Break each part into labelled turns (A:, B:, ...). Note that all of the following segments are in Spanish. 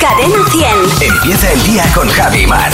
A: Cadena 100.
B: Empieza el día con Javi Mar.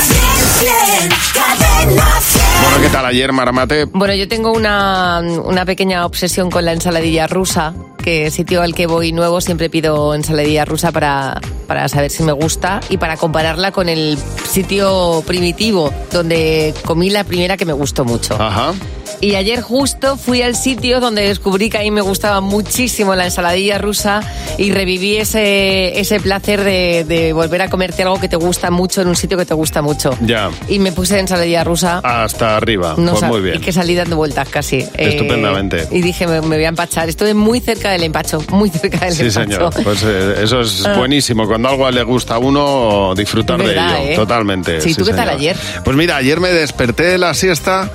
A: Cadena 100.
C: Bueno, ¿qué tal ayer, Maramate?
D: Bueno, yo tengo una, una pequeña obsesión con la ensaladilla rusa, que sitio al que voy nuevo siempre pido ensaladilla rusa para, para saber si me gusta y para compararla con el sitio primitivo donde comí la primera que me gustó mucho.
C: Ajá.
D: Y ayer justo fui al sitio donde descubrí que a mí me gustaba muchísimo la ensaladilla rusa y reviví ese, ese placer de, de volver a comerte algo que te gusta mucho en un sitio que te gusta mucho.
C: Ya.
D: Y me puse ensaladilla rusa.
C: Hasta arriba.
D: No
C: pues
D: sab-
C: muy
D: Y
C: bien.
D: que salí dando vueltas casi. Eh,
C: Estupendamente.
D: y dije, me, me voy a empachar. Estuve muy cerca del empacho, muy cerca del
C: Sí,
D: empacho.
C: señor. Pues eh, eso es
D: Ah.
C: buenísimo. Cuando algo le gusta a uno, disfrutar
D: ¿Verdad,
C: de ello.
D: eh?
C: Totalmente.
D: Sí, ¿tú qué tal
C: señor.
D: ayer?
C: Pues mira, ayer me desperté de la siesta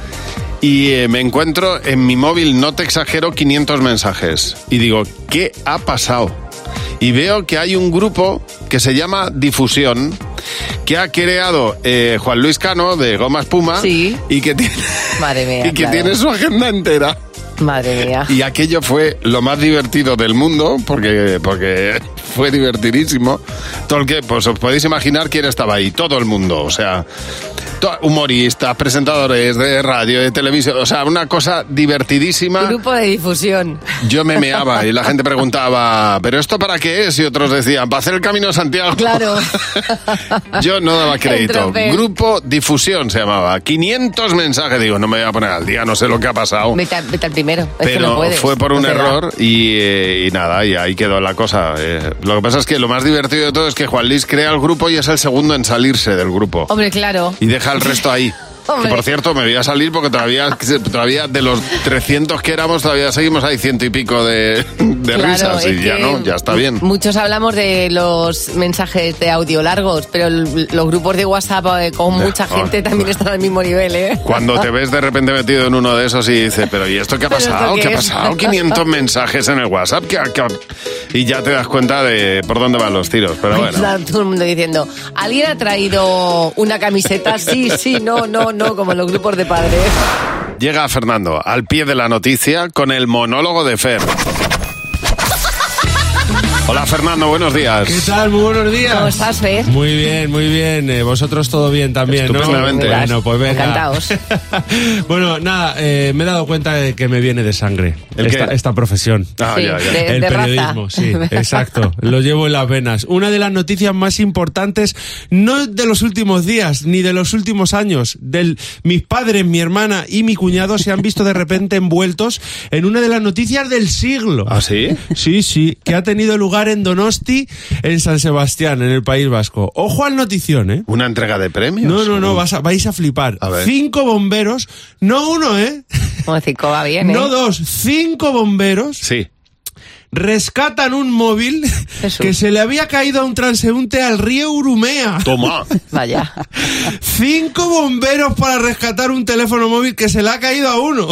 C: y eh, me encuentro en mi móvil, no te exagero, 500 mensajes. Y digo, ¿qué ha pasado? Y veo que hay un grupo que se llama Difusión, que ha creado eh, Juan Luis Cano de Gomas Puma
D: Sí.
C: y que tiene...
D: Madre mía.
C: y que
D: claro.
C: tiene su agenda entera.
D: Madre mía.
C: Y aquello fue lo más divertido del mundo, porque, porque fue divertidísimo. Todo el que, pues os podéis imaginar quién estaba ahí, todo el mundo, o sea, to- humoristas, presentadores de radio, de televisión, o sea, una cosa divertidísima.
D: Grupo de difusión.
C: Yo me meaba y la gente preguntaba, ¿pero esto para qué es? Y otros decían, para hacer el camino de Santiago.
D: Claro.
C: Yo no daba crédito.
D: tropel.
C: Grupo Difusión se llamaba. 500 mensajes. Digo, no me voy a poner al día, no sé lo que ha pasado.
D: vete, al- vete al primero. es que
C: Pero
D: no puedes.
C: fue por un
D: No se da.
C: error y, eh, y nada, y ahí quedó la cosa. Eh, lo que pasa es que lo más divertido de todo es que Juan Luis crea el grupo y es el segundo en salirse del grupo.
D: Hombre, claro.
C: Y deja el resto ahí. Que,
D: Hombre.
C: por cierto, me voy a salir porque todavía, todavía de los 300 que éramos, todavía seguimos ahí ciento y pico de, de
D: Claro,
C: risas.
D: es
C: Y ya
D: que
C: no, ya está bien.
D: Muchos hablamos de los mensajes de audio largos, pero l- los grupos de WhatsApp eh, con
C: Ya,
D: mucha gente
C: hombre.
D: también están al mismo nivel, ¿eh?
C: ah, Cuando te ves de repente metido en uno de esos y dices, pero ¿y esto qué ha
D: ¿Pero esto
C: pasado?
D: qué
C: ¿Qué ha
D: es?
C: pasado? 500 mensajes en el WhatsApp. ¿Qué ha- qué ha-? Y ya te das cuenta de por dónde van los tiros. Pero bueno.
D: Está todo el mundo diciendo, ¿alguien ha traído una camiseta? Sí, sí, no, no, no, como en los grupos de padres.
C: Llega Fernando al pie de la noticia con el monólogo de Fer. Hola Fernando, buenos días.
E: ¿Qué tal? Muy buenos días.
D: ¿Cómo estás, Fer?
E: Muy bien, muy bien. Eh, vosotros todo bien también, ¿no?
C: Estupendamente.
E: Bueno, pues venga.
D: Encantados.
E: bueno, nada, eh, me he dado cuenta de que me viene de sangre
C: ¿El
E: esta,
C: qué?
E: esta profesión.
C: Ah,
D: Sí,
C: ya, ya.
D: de-
E: el
D: raza.
E: periodismo, sí, exacto. Lo llevo en las venas. Una de las noticias más importantes, no de los últimos días, ni de los últimos años, del mis padres, mi hermana y mi cuñado se han visto de repente envueltos en una de las noticias del siglo.
C: ¿Ah, sí?
E: Sí, sí, que ha tenido lugar en Donosti, en San Sebastián, en el País Vasco. Ojo al notición, ¿eh?
C: ¿Una entrega de premios?
E: No, no, no, vas a- vais a flipar.
C: A ver.
E: Cinco bomberos, no uno, ¿eh?
D: Como cinco va bien, ¿eh?
E: No dos, cinco bomberos
C: Sí.
E: rescatan un móvil
D: Jesús.
E: que se le había caído a un transeúnte al río Urumea.
C: Toma.
D: Vaya.
E: Cinco bomberos para rescatar un teléfono móvil que se le ha caído a uno.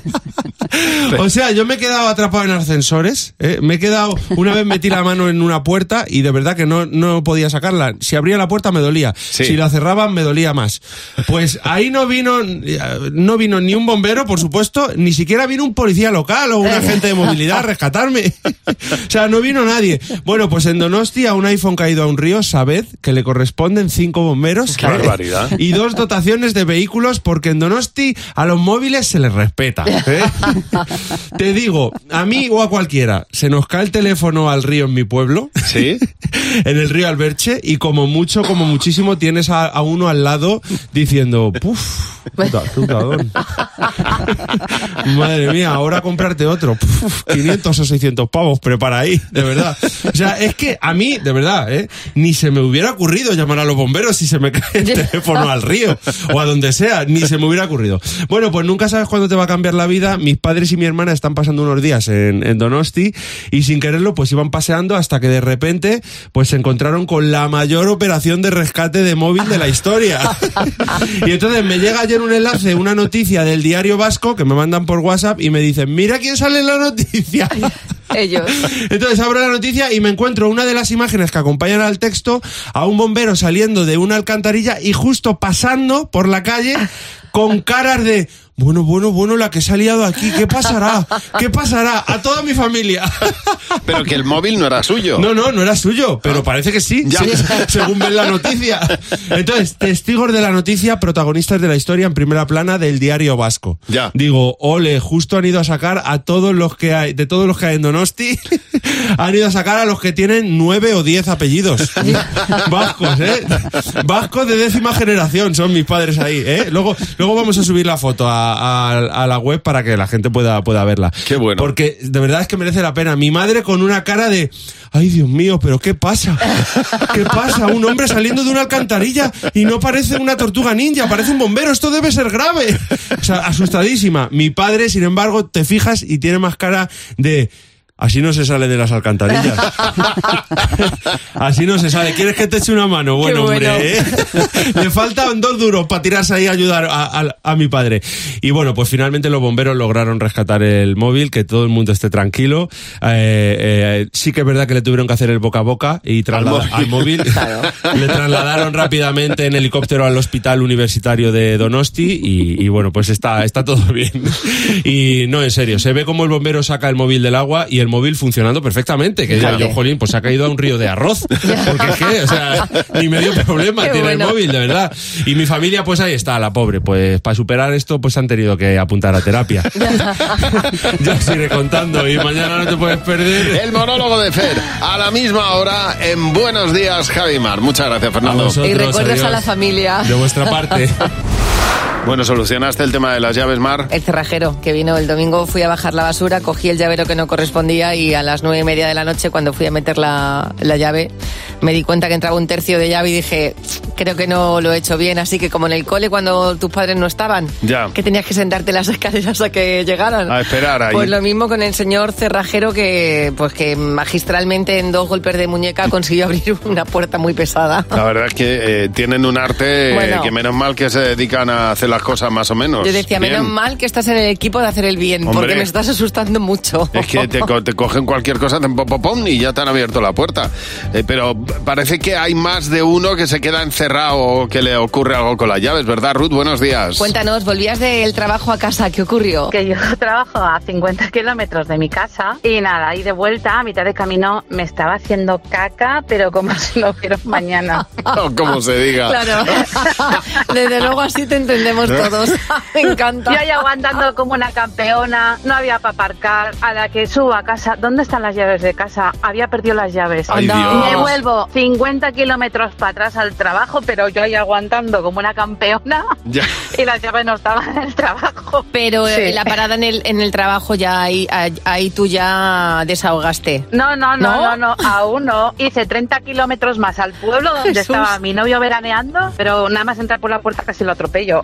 E: o sea, yo me he quedado atrapado en ascensores. ¿eh? Me he quedado. Una vez metí la mano en una puerta y de verdad que no, no podía sacarla. Si abría la puerta me dolía.
C: Sí.
E: Si la cerraban me dolía más. Pues ahí no vino, no vino ni un bombero, por supuesto, ni siquiera vino un policía local o un agente de movilidad a rescatarme. o sea, no vino nadie. Bueno, pues en Donosti a un iPhone caído a un río, sabed que le corresponden cinco bomberos.
C: Qué
E: ¿eh?
C: barbaridad.
E: Y dos dotaciones de vehículos porque en Donosti a los móviles se les respeta. ¿eh? Te digo, a mí o a cualquiera, se nos cae el teléfono al río en mi pueblo,
C: ¿Sí?
E: en el río Alberche, y como mucho, como muchísimo, tienes a, a uno al lado diciendo, puf, puta, qué hurgadón". Madre mía, ahora comprarte otro. Puf, 500 o 600 pavos, prepara ahí, de verdad. O sea, es que a mí, de verdad, ¿eh? ni se me hubiera ocurrido llamar a los bomberos si se me cae el teléfono al río o a donde sea, ni se me hubiera ocurrido. Bueno, pues nunca sabes cuándo te va a cambiar la vida. Mis padres y mi hermana están pasando unos días en, en Donosti y sin quererlo, pues iban paseando hasta que de repente, pues se encontraron con la mayor operación de rescate de móvil de la historia. y entonces me llega ayer un enlace, una noticia del diario vasco que me mandan por WhatsApp y me dicen, mira quién sale en la noticia.
D: Ellos.
E: Entonces abro la noticia y me encuentro una de las imágenes que acompañan al texto a un bombero saliendo de una alcantarilla y justo pasando por la calle con caras de bueno, bueno, bueno, la que se ha liado aquí, ¿qué pasará? ¿Qué pasará? A toda mi familia.
C: Pero que el móvil no era suyo. Ah.
E: No, no, no era suyo, pero parece que sí,
C: Ya.
E: se- según ven la noticia. Entonces, testigos de la noticia, protagonistas de la historia en primera plana del diario Vasco.
C: Ya.
E: Digo, ole, justo han ido a sacar a todos los que hay, de todos los que hay en Donosti, han ido a sacar a los que tienen nueve o diez apellidos. Vascos, ¿eh? Vascos de décima generación son mis padres ahí, ¿eh? Luego, luego vamos a subir la foto a, a- a la web para que la gente pueda, pueda verla.
C: Qué bueno.
E: Porque que de verdad es que merece la pena. Mi madre con una cara de, ay Dios mío, pero ¿qué pasa? ¿Qué pasa? Un hombre saliendo de una alcantarilla y no parece una tortuga ninja, parece un bombero, esto debe ser grave. O sea, asustadísima. Mi padre, sin embargo, te fijas y tiene más cara de... Así no se sale de las alcantarillas. Así no se sale. ¿Quieres que te eche una mano? Bueno,
D: bueno.
E: hombre, ¿eh? Le faltan dos duros para tirarse ahí a ayudar a, a- a mi padre. Y bueno, pues finalmente los bomberos lograron rescatar el móvil, que todo el mundo esté tranquilo. Eh, eh, sí que es verdad que le tuvieron que hacer el boca a boca y trasladar al móvil. Le trasladaron rápidamente en helicóptero al hospital universitario de Donosti y, y bueno, pues está, está todo bien. Y no, en serio, se ve como el bombero saca el móvil del agua y el móvil funcionando perfectamente. Que digo
D: Fíjate.
E: yo, jolín, pues se ha caído a un río de arroz. Porque es que, o sea, ni medio problema
D: Qué
E: tiene
D: bueno.
E: el móvil, de verdad. Y mi familia, pues ahí está, la pobre. Pues para superar esto, pues han tenido que apuntar a terapia. ya os iré contando y mañana no te puedes perder.
C: El monólogo de Fer, a la misma hora en Buenos Días, Javimar. Muchas gracias, Fernando.
E: vosotros,
D: Y recuerdos a
E: adiós.
D: la familia.
E: De vuestra parte.
C: Bueno, solucionaste el tema de las llaves, Mar.
D: El cerrajero que vino el domingo, fui a bajar la basura, cogí el llavero que no correspondía y a las nueve y media de la noche, cuando fui a meter la, la llave, me di cuenta que entraba un tercio de llave y dije, creo que no lo he hecho bien. Así que, como en el cole, cuando tus padres no estaban,
C: Ya.
D: que tenías que sentarte en las escaleras a que llegaran.
C: A esperar ahí.
D: Pues lo mismo con el señor cerrajero que, pues que magistralmente en dos golpes de muñeca consiguió abrir una puerta muy pesada.
C: La verdad es que eh, tienen un arte eh,
D: Bueno.
C: que menos mal que se dedican a hacer las cosas más o menos.
D: Yo decía,
C: bien.
D: menos mal que estás en el equipo de hacer el bien,
C: Hombre.
D: porque me estás asustando mucho.
C: Es que te, co- te cogen cualquier cosa, hacen pop, pop, pom, y ya te han abierto la puerta. Eh, pero parece que hay más de uno que se queda encerrado o que le ocurre algo con las llaves, ¿verdad, Ruth? Buenos días.
D: Cuéntanos, volvías del trabajo a casa, ¿qué ocurrió?
A: Que yo trabajo a 50 kilómetros de mi casa y nada, y de vuelta a mitad de camino me estaba haciendo caca, pero como si lo hubiera mañana.
C: O como se diga.
D: Claro, desde luego así te entendemos todos. Me encanta.
A: Yo ahí aguantando como una campeona, no había para aparcar, a la que subo a casa, ¿dónde están las llaves de casa? Había perdido las llaves.
C: Ay,
D: Anda.
C: Dios.
A: Me vuelvo 50 kilómetros para atrás al trabajo, pero yo ahí aguantando como una campeona
C: Ya.
A: y las llaves no estaban en el trabajo.
D: Pero eh,
A: Sí.
D: la parada en el, en el trabajo ya ahí, ahí- ahí tú ya desahogaste.
A: No, no,
D: ¿No?
A: no, no, no, aún no. Hice 30 kilómetros más al pueblo donde
D: Jesús.
A: estaba mi novio veraneando, pero nada más entrar por la puerta casi lo atropello.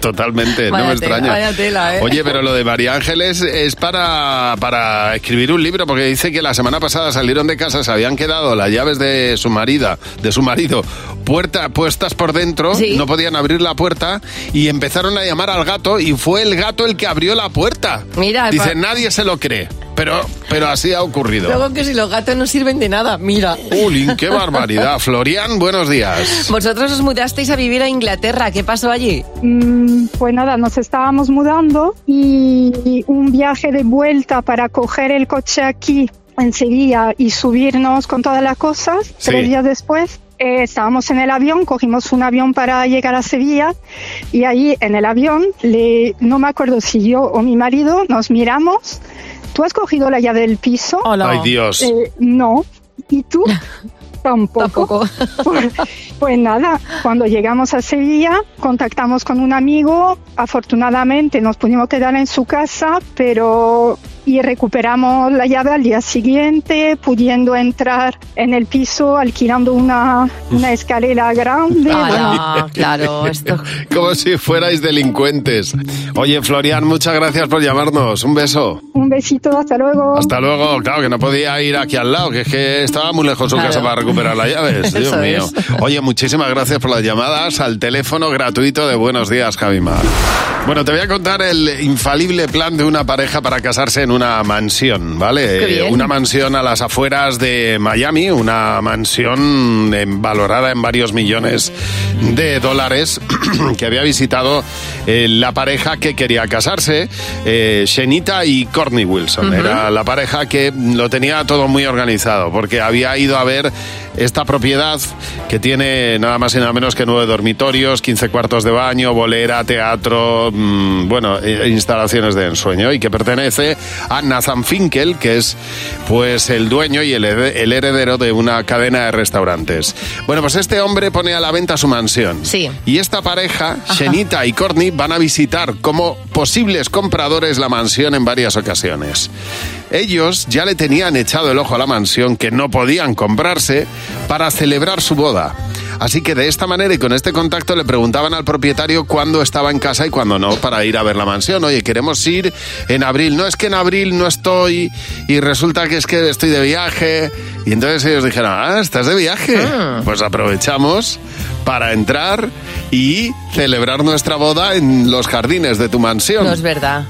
C: Totalmente, no
D: Vaya
C: me
D: tela,
C: extraña.
D: vaya tela, ¿eh?
C: Oye, pero lo de María Ángeles es para, para escribir un libro, porque dice que la semana pasada salieron de casa, se habían quedado las llaves de su marida, de su marido, puerta puestas por dentro,
D: Sí.
C: no podían abrir la puerta, y empezaron a llamar al gato, y fue el gato el que abrió la puerta.
D: Mira,
C: Dice,
D: pa-
C: nadie se lo cree, pero, pero así ha ocurrido.
D: Luego que si los gatos no sirven de nada, mira.
C: Ulin, qué barbaridad. Florian, buenos días.
D: Vosotros os mudasteis a vivir a Inglaterra, ¿qué pasó allí?
F: Mm, Pues nada, nos estábamos mudando y un viaje de vuelta para coger el coche aquí en Sevilla y subirnos con todas las cosas,
C: Sí.
F: tres días después. eh, estábamos en el avión, cogimos un avión para llegar a Sevilla y ahí en el avión, le, no me acuerdo si yo o mi marido nos miramos, tú has cogido la llave del piso,
D: Hola.
C: Ay, Dios.
F: Eh, no, y tú tampoco.
D: Tampoco.
F: Pues, pues nada, cuando llegamos a Sevilla, contactamos con un amigo, afortunadamente nos pudimos quedar en su casa, pero y recuperamos la llave al día siguiente, pudiendo entrar en el piso alquilando una, una escalera grande. Bueno,
D: Ala, claro, esto.
C: Como si fuerais delincuentes. Oye, Florian, muchas gracias por llamarnos. Un beso.
F: un besito, hasta luego.
C: Hasta luego. Claro que no podía ir aquí al lado, que es que estaba muy lejos su
D: Claro.
C: casa para recuperar las llaves. Dios
D: Eso
C: mío. Oye, muchísimas gracias por las llamadas al teléfono gratuito de Buenos Días, Javimar. Bueno, te voy a contar el infalible plan de una pareja para casarse en una mansión, ¿vale?
G: Qué
C: Eh,
G: bien.
C: Una mansión a las afueras de Miami, una mansión eh, valorada en varios millones de dólares que había visitado eh, la pareja que quería casarse, eh, Shenita y Courtney Wilson. Era la pareja que lo tenía todo muy organizado porque había ido a ver esta propiedad que tiene nada más y nada menos que nueve dormitorios, 15 cuartos de baño, bolera, teatro, mm, bueno, eh, instalaciones de ensueño y que pertenece a Nathan Finkel, que es pues el dueño y el, hered- el heredero de una cadena de restaurantes. Bueno, pues este hombre pone a la venta su mansión.
D: Sí.
C: Y esta pareja, Shenita y Courtney, van a visitar como posibles compradores la mansión en varias ocasiones. Ellos ya le tenían echado el ojo a la mansión que no podían comprarse para celebrar su boda. Así que de esta manera y con este contacto le preguntaban al propietario cuándo estaba en casa y cuándo no para ir a ver la mansión. Oye, queremos ir en abril. No es que en abril no estoy y resulta que es que estoy de viaje. Y entonces ellos dijeron, ah, estás de viaje.
D: Ah.
C: Pues aprovechamos para entrar y celebrar nuestra boda en los jardines de tu mansión.
D: No es verdad.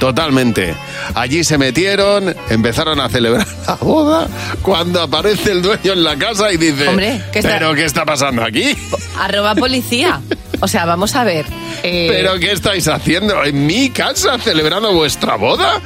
C: Totalmente. Allí se metieron, empezaron a celebrar la boda, cuando aparece el dueño en la casa y dice,
D: Hombre, ¿qué está-
C: ¿pero qué está pasando aquí?
D: Eh. Arroba policía. O sea, vamos a ver. eh,
C: ¿Pero qué estáis haciendo en mi casa celebrando vuestra boda?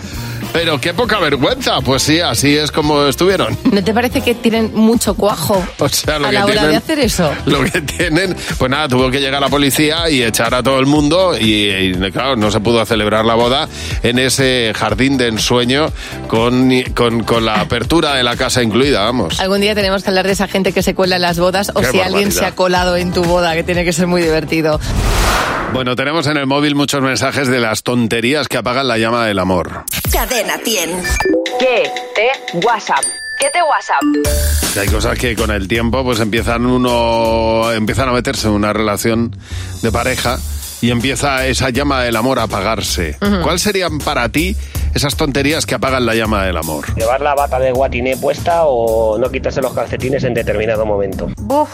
C: Pero qué poca vergüenza. Pues sí, así es como estuvieron.
D: ¿No te parece que tienen mucho cuajo
C: O sea, lo
D: a
C: que
D: la hora
C: tienen-
D: de hacer eso?
C: Lo que tienen, pues nada, tuvo que llegar la policía y echar a todo el mundo y, y, claro, no se pudo celebrar la boda en ese jardín de ensueño con, con, con la apertura de la casa incluida, vamos.
D: Algún día tenemos que hablar de esa gente que se cuela en las bodas o
C: Qué
D: si alguien
C: barbaridad.
D: se ha colado en tu boda, que tiene que ser muy divertido.
C: Bueno, tenemos en el móvil muchos mensajes de las tonterías que apagan la llama del amor.
H: Cadena 100.
A: ¿Qué te WhatsApp? ¿Qué te WhatsApp?
C: Que hay cosas que con el tiempo pues empiezan uno empiezan a meterse en una relación de pareja y empieza esa llama del amor a apagarse.
I: Ujú.
C: ¿Cuál serían para ti esas tonterías que apagan la llama del amor?
I: Llevar la bata de guatiné puesta o no quitarse los calcetines en determinado momento.
A: Buf,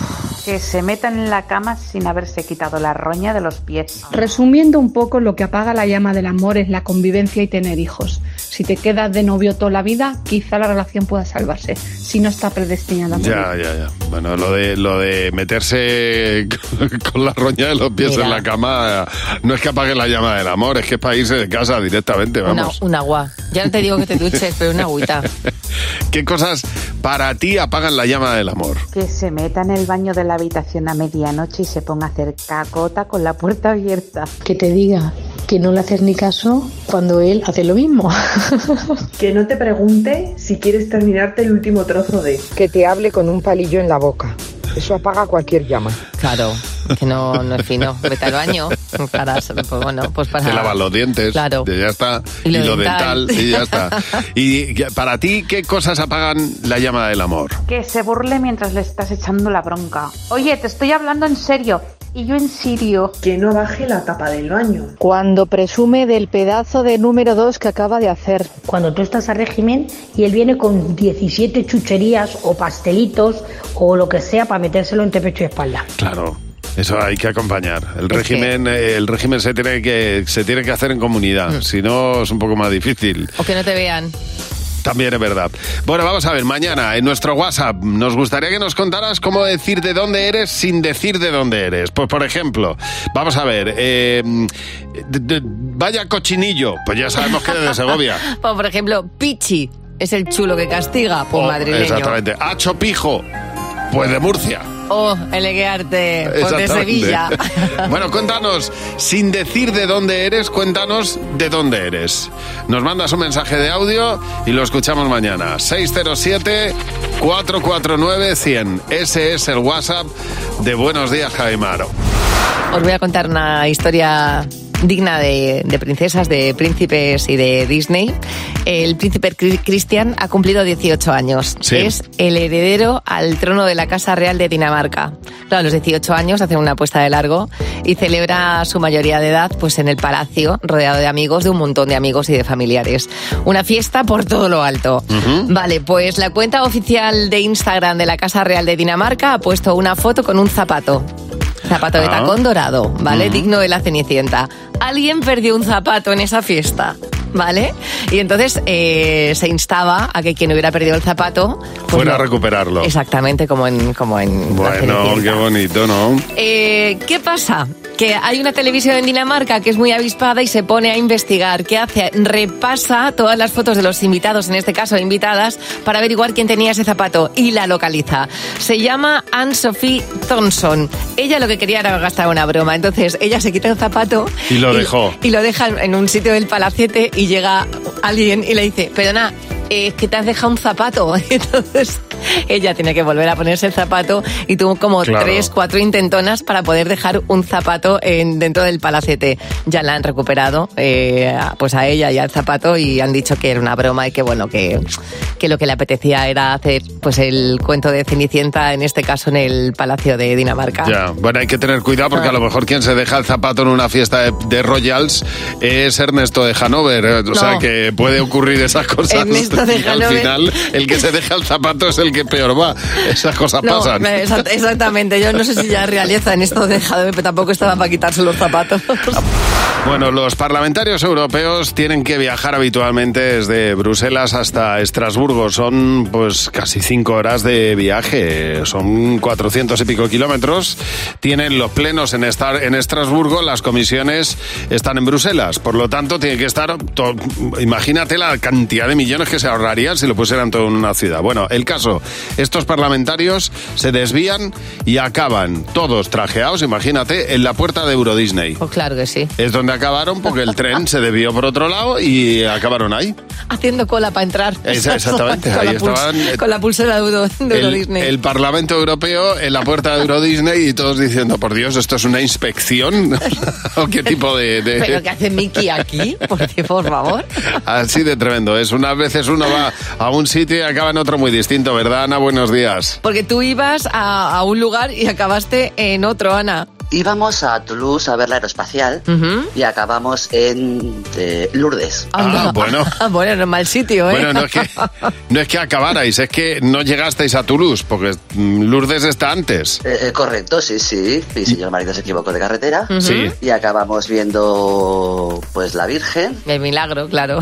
A: que se metan en la cama sin haberse quitado la roña de los pies.
J: Resumiendo un poco, lo que apaga la llama del amor es la convivencia y tener hijos. Si te quedas de novio toda la vida, quizá la relación pueda salvarse, si no está predestinada. a morir.
C: Ya, ya, ya. Bueno, lo de, lo de meterse con la roña de los pies
D: Mira.
C: en la cama no es que apague la llama del amor, es que es para irse de casa directamente,
D: Una,
C: vamos.
D: un agua. Ya no te digo que te duches, pero una agüita.
C: ¿Qué cosas para ti apagan la llama del amor?
A: Que se meta en el baño de la habitación a medianoche y se ponga a hacer cacota con la puerta abierta.
K: que te diga que no le haces ni caso cuando él hace lo mismo.
L: Que no te pregunte si quieres terminarte el último trozo de. Que te hable con un palillo en la boca. Eso apaga cualquier llama.
D: Claro, que no, no es fino. Vete al baño. Para, pues bueno, pues para.
C: Te lavas los dientes,
D: Claro.
C: y ya está,
D: Y lo dental.
C: dental, y ya está. ¿Y que- para ti qué cosas apagan la llama del amor?
A: Que se burle mientras le estás echando la bronca. Oye, te estoy hablando en serio. Y yo en sirio.
L: Que no baje la tapa del baño.
K: Cuando presume del pedazo de número 2 que acaba de hacer. Cuando tú estás a régimen y él viene con 17 chucherías o pastelitos o lo que sea para metérselo entre pecho y espalda.
C: Claro. Eso hay que acompañar. El
K: que-
C: régimen, eh, el régimen se tiene que se tiene que hacer en comunidad,
D: Mm.
C: si no es un poco más difícil.
D: O que no te vean.
C: También es verdad. Bueno, vamos a ver, mañana en nuestro WhatsApp nos gustaría que nos contaras cómo decir de dónde eres sin decir de dónde eres. Pues, por ejemplo, vamos a ver, eh, de- de- vaya cochinillo, pues ya sabemos que eres de Segovia.
D: Como Pues, por ejemplo, Pichi es el chulo que castiga, pues madrileño.
C: Oh, Exactamente. Hacho Pijo, pues de Murcia.
D: Oh, eleguearte, pues de
C: Exactamente.
D: Sevilla.
C: bueno, cuéntanos, sin decir de dónde eres, cuéntanos de dónde eres. Nos mandas un mensaje de audio y lo escuchamos mañana. 607-449-100. Ese es el WhatsApp de Buenos Días, Jaimaro.
D: Os voy a contar una historia digna de, de princesas, de príncipes y de Disney. El príncipe Cri- Christian ha cumplido 18 años.
M: Sí.
D: Es el heredero al trono de la Casa Real de Dinamarca. Claro, a los 18 años hace una apuesta de largo y celebra su mayoría de edad pues en el palacio, rodeado de amigos, de un montón de amigos y de familiares. Una fiesta por todo lo alto. Vale, pues la cuenta oficial de Instagram de la Casa Real de Dinamarca ha puesto una foto con un zapato. Zapato de
M: Ah.
D: tacón dorado, ¿vale? Digno de la Cenicienta. Alguien perdió un zapato en esa fiesta. ¿vale? Y entonces eh, se instaba a que quien hubiera perdido el zapato pues
C: Fuera a
D: lo-
C: recuperarlo.
D: Exactamente como en, como en la
C: Bueno,
D: Cenicienta.
C: qué bonito, ¿no?
D: Eh, ¿Qué pasa? Que hay una televisión en Dinamarca que es muy avispada y se pone a investigar. ¿Qué hace? Repasa todas las fotos de los invitados, en este caso invitadas, para averiguar quién tenía ese zapato y la localiza. Se llama Anne-Sophie Thompson. Ella lo que quería era gastar una broma. Entonces ella se quita el zapato
C: Y lo dejó.
D: y lo deja en un sitio del palacete y llega alguien y le dice, perdona, eh, es que te has dejado un zapato. Entonces ella tiene que volver a ponerse el zapato y tuvo como
G: Claro.
D: tres, cuatro intentonas para poder dejar un zapato en- dentro del palacete. Ya la han recuperado, eh, pues a ella y al zapato y han dicho que era una broma y que bueno, que, que lo que le apetecía era hacer pues el cuento de Cenicienta, en este caso en el Palacio de Dinamarca.
C: Ya, bueno, hay que tener cuidado porque a lo mejor quien se deja el zapato en una fiesta de, de Royals es Ernesto de Hanover. eh, O
D: No.
C: sea, que puede ocurrir esas cosas.
D: Ernesto de
C: Y al
D: Hannover.
C: final, el que se deja el zapato es el que peor va. Esas cosas
D: No, eh,
C: pasan.
D: exact- exactamente. Yo no sé si ya realiza en esto de Jadwe, pero tampoco estaba para quitarse los zapatos.
C: Bueno, los parlamentarios europeos tienen que viajar habitualmente desde Bruselas hasta Estrasburgo. Son pues casi cinco horas de viaje, son 400 y pico kilómetros. Tienen los plenos en, estar, en Estrasburgo, las comisiones están en Bruselas. Por lo tanto, tiene que estar... to- Imagínate la cantidad de millones que se ahorrarían si lo pusieran todo en una ciudad. Bueno, el caso, estos parlamentarios se desvían y acaban todos trajeados, imagínate, en la puerta de Euro Disney.
D: Pues claro que sí.
C: Es donde acabaron porque el tren se debió por otro lado y acabaron ahí.
D: Haciendo cola para entrar.
C: Esa- exactamente,
D: con,
C: ahí
D: la pulse-
C: estaban, eh,
D: con la pulsera de Euro, de Euro
C: El,
D: Disney.
C: el Parlamento Europeo en la puerta de Euro Disney y todos diciendo, por Dios, ¿esto es una inspección? ¿O qué tipo de...? de-
D: ¿Pero qué hace Mickey aquí? Por, Dios, por favor.
C: Así de tremendo. Es unas veces uno va a un sitio y acaba en otro muy distinto, ¿verdad, Ana? Buenos días.
D: Porque tú ibas a, a un lugar y acabaste en otro, Ana.
H: Íbamos a Toulouse a ver la aeroespacial y acabamos en eh, Lourdes.
C: Ah, bueno.
D: Ah, bueno, no es mal sitio, ¿eh?
C: Bueno, no es, que, no es que acabarais, es que no llegasteis a Toulouse, porque mm, Lourdes está antes.
H: Eh, eh, correcto, sí, sí. Y señor marido se equivocó de carretera.
C: Ujú. Sí.
H: Y acabamos viendo pues la Virgen.
D: El milagro, claro.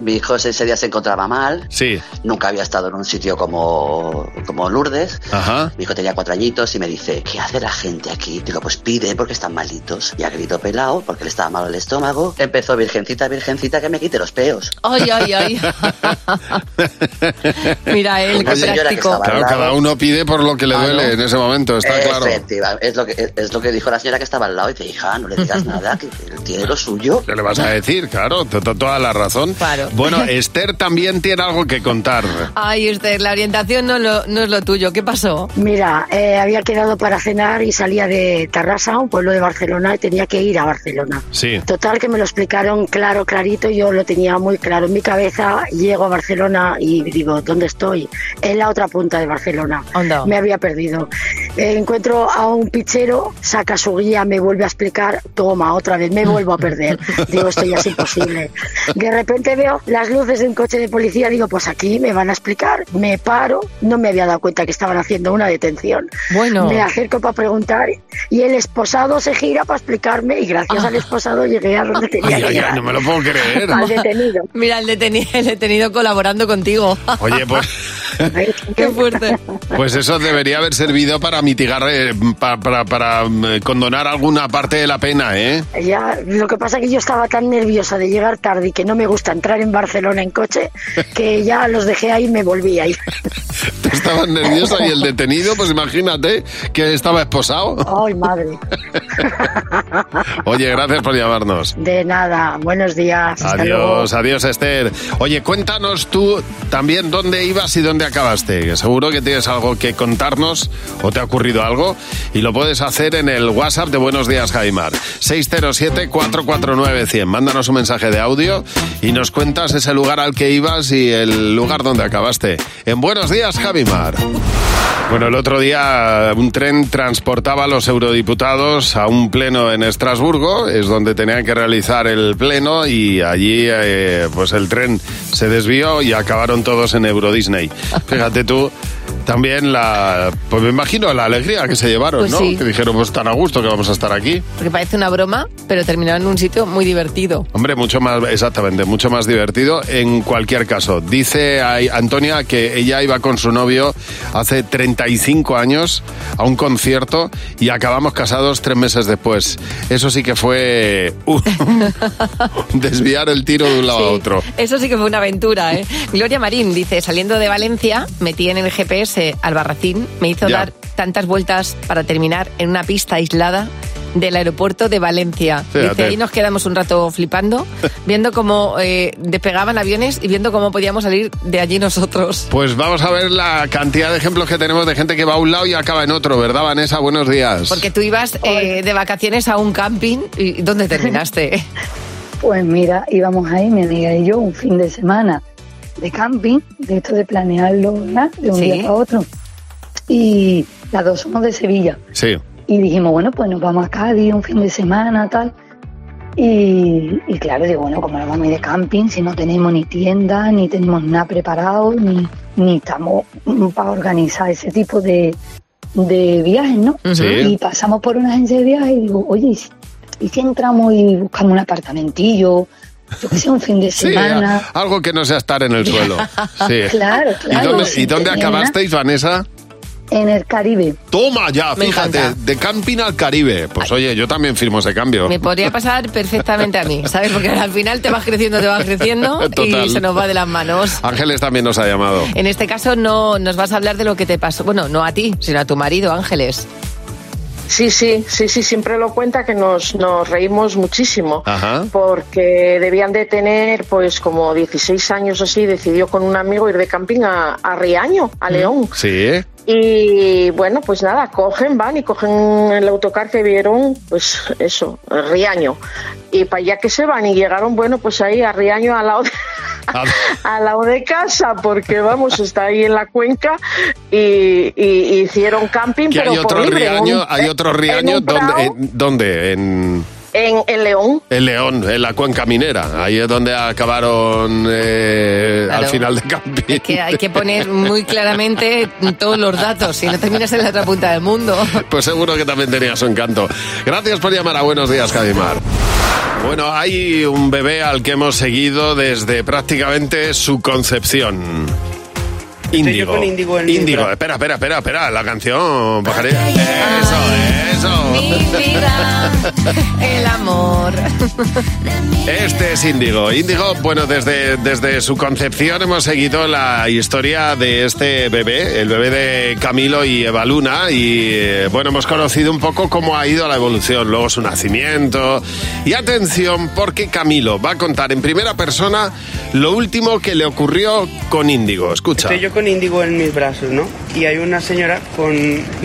H: Mi hijo ese día se encontraba mal.
C: Sí.
H: Nunca había estado en un sitio como, como Lourdes.
C: Ajá.
H: Mi hijo tenía cuatro añitos y me dice, ¿qué hace la gente aquí? Digo, pues pide porque están malitos. Y a grito pelado, porque le estaba malo el estómago, empezó virgencita, virgencita, que me quite los peos.
D: Ay, ay, ay. Mira él, qué
H: Una señora que
D: práctico.
H: estaba al
C: Claro,
H: lado. Ah,
C: cada uno pide por lo que le duele en ese momento, está claro.
H: Efectiva, Es lo, que, es lo que dijo la señora que estaba al lado. Y te hija, no le digas nada, que él tiene lo suyo.
C: ¿Qué le vas a decir? Claro, to- to- toda la razón. Bueno, Esther también tiene algo que contar.
D: Ay, Esther, la orientación no, lo- no es lo tuyo. ¿Qué pasó?
G: Mira, eh, había quedado para cenar y salía de Tarrasa, un pueblo de Barcelona, y tenía que ir a Barcelona.
C: Sí.
G: Total, que me lo explicaron claro, clarito, yo lo tenía muy claro en mi cabeza. Llego a Barcelona y digo, ¿dónde estoy? En la otra punta de Barcelona.
D: Anda.
G: Me había perdido. Eh, encuentro a un pichero, saca su guía, me vuelve a explicar, toma, otra vez, me vuelvo a perder. Digo, esto ya es imposible. De repente veo las luces de un coche de policía, digo, pues aquí me van a explicar. Me paro, no me había dado cuenta que estaban haciendo una detención.
D: Bueno.
G: Me acerco para preguntar y el esposado se gira para explicarme y gracias al esposado llegué a donde tenía
C: Ay,
G: que
C: ay,
G: llegar.
C: ay, no me lo puedo creer.
G: Al detenido.
D: Mira, el detenido, el detenido colaborando contigo.
C: Oye, pues,
D: Qué fuerte.
C: pues eso debería haber servido para mitigar, eh, pa- para, para, mm, condonar alguna parte de la pena, ¿eh?
G: Ya, lo que pasa es que yo estaba tan nerviosa de llegar tarde y que no me gusta entrar en Barcelona en coche que ya los dejé ahí y me volví ahí.
C: Tú estabas nerviosa y el detenido, pues imagínate que estaba esposado.
G: ¡Ay, madre!
C: Oye, gracias por llamarnos.
G: De nada, buenos días. hasta luego.
C: Adiós, adiós Esther. Oye, cuéntanos tú también dónde ibas y dónde acabaste. que Seguro que tienes algo que contarnos o te ha ocurrido algo y lo puedes hacer en el WhatsApp de Buenos Días Jaimar. 607-449-100. Mándanos un mensaje de audio y nos cuentas ese lugar al que ibas y el lugar donde acabaste. En Buenos Días Javimar. Bueno, el otro día eh, un tren transportaba a los eurodiputados a un pleno en Estrasburgo, es donde tenían que realizar el pleno y allí eh, pues el tren se desvió y acabaron todos en Euro Disney. Fíjate tú También la, pues me imagino la alegría que se llevaron,
D: Pues
C: ¿no?
D: sí.
C: Que dijeron, pues tan a gusto que vamos a estar aquí.
D: Porque parece una broma, pero terminaron en un sitio muy divertido.
C: Hombre, mucho más, exactamente, mucho más divertido en cualquier caso. Dice a- Antonia que ella iba con su novio hace 35 años a un concierto y acabamos casados tres meses después. Eso sí que fue uh, desviar el tiro de un lado a otro.
D: Eso sí que fue una aventura, ¿eh? Gloria Marín dice, saliendo de Valencia, metí en el GPS al Barracín, me hizo
C: Ya.
D: dar tantas vueltas para terminar en una pista aislada del aeropuerto de Valencia.
C: Fíjate.
D: Dice, ahí nos quedamos un rato flipando, viendo cómo eh, despegaban aviones y viendo cómo podíamos salir de allí nosotros.
C: Pues vamos a ver la cantidad de ejemplos que tenemos de gente que va a un lado y acaba en otro, ¿verdad, Vanessa? Buenos días.
D: Porque tú ibas eh, de vacaciones a un camping y ¿dónde terminaste?
M: Pues mira, íbamos ahí, mi amiga y yo, un fin de semana de camping, de esto de planearlo ¿verdad? de un
D: Sí.
M: día para otro. Y las dos somos de Sevilla.
C: Sí.
M: Y dijimos, bueno, pues nos vamos a Cádiz un fin de semana, tal. Y, y claro, digo, bueno, como nos vamos a ir de camping, si no tenemos ni tienda, ni tenemos nada preparado, ni, ni estamos mm, para organizar ese tipo de, de viajes, ¿no?
N: Sí.
M: Y pasamos por una agencia de viajes y digo, oye, ¿y si, y si entramos y buscamos un apartamentillo? Yo que sé, un fin de
C: Sí,
M: semana.
C: a- algo que no sea estar en el suelo. Sí.
M: Claro,
C: ¿Y
M: claro,
C: dónde,
M: sin
C: y dónde
M: tener nada.
C: acabasteis, Vanessa?
M: En el Caribe.
C: Toma ya,
M: Me
C: fíjate,
M: encanta.
C: de camping al Caribe. Pues oye, yo también firmo ese cambio.
D: Me podría pasar perfectamente a mí, ¿sabes? Porque al final te vas creciendo, te vas creciendo
C: Total.
D: y se nos va de las manos.
C: Ángeles también nos ha llamado.
D: En este caso no nos vas a hablar de lo que te pasó, bueno, no a ti, sino a tu marido, Ángeles.
O: Sí, sí, sí, sí, siempre lo cuenta que nos, nos reímos muchísimo
C: Ajá.
O: porque debían de tener pues como 16 años o así, decidió con un amigo ir de camping a, a Riaño, a León.
C: Sí.
O: Y bueno, pues nada, cogen, van y cogen el autocar que vieron, pues eso, Riaño. Y para allá que se van y llegaron, bueno, pues ahí a Riaño al lado de, al lado de casa, porque vamos, está ahí en la cuenca y, y hicieron camping,
C: Que
O: pero
C: hay otro
O: por libre,
C: riaño,
O: un-
C: hay otro
O: en
C: riaño
O: un prao,
C: donde, en, ¿dónde? En,
O: en, en León.
C: en León, en la cuenca minera. Ahí es donde acabaron eh,
D: Claro.
C: al final de camping.
D: Que hay que poner muy claramente todos los datos, si no terminas en la otra punta del mundo.
C: Pues seguro que también tenía su encanto. Gracias por llamar a Buenos Días, Javimar. Bueno, hay un bebé al que hemos seguido desde prácticamente su concepción. Índigo.
P: con Índigo en Libra.
C: Espera, espera, espera, espera. La canción, pajarera. Eso, eso.
D: Mira el amor.
C: Este es Índigo. Índigo, bueno, desde, desde su concepción hemos seguido la historia de este bebé, el bebé de Camilo y Eva Luna, y eh, bueno, hemos conocido un poco cómo ha ido la evolución, luego su nacimiento. Y atención, porque Camilo va a contar en primera persona lo último que le ocurrió con Índigo. Escucha.
P: Estoy yo con Índigo en mis brazos, ¿no? Y hay una señora con,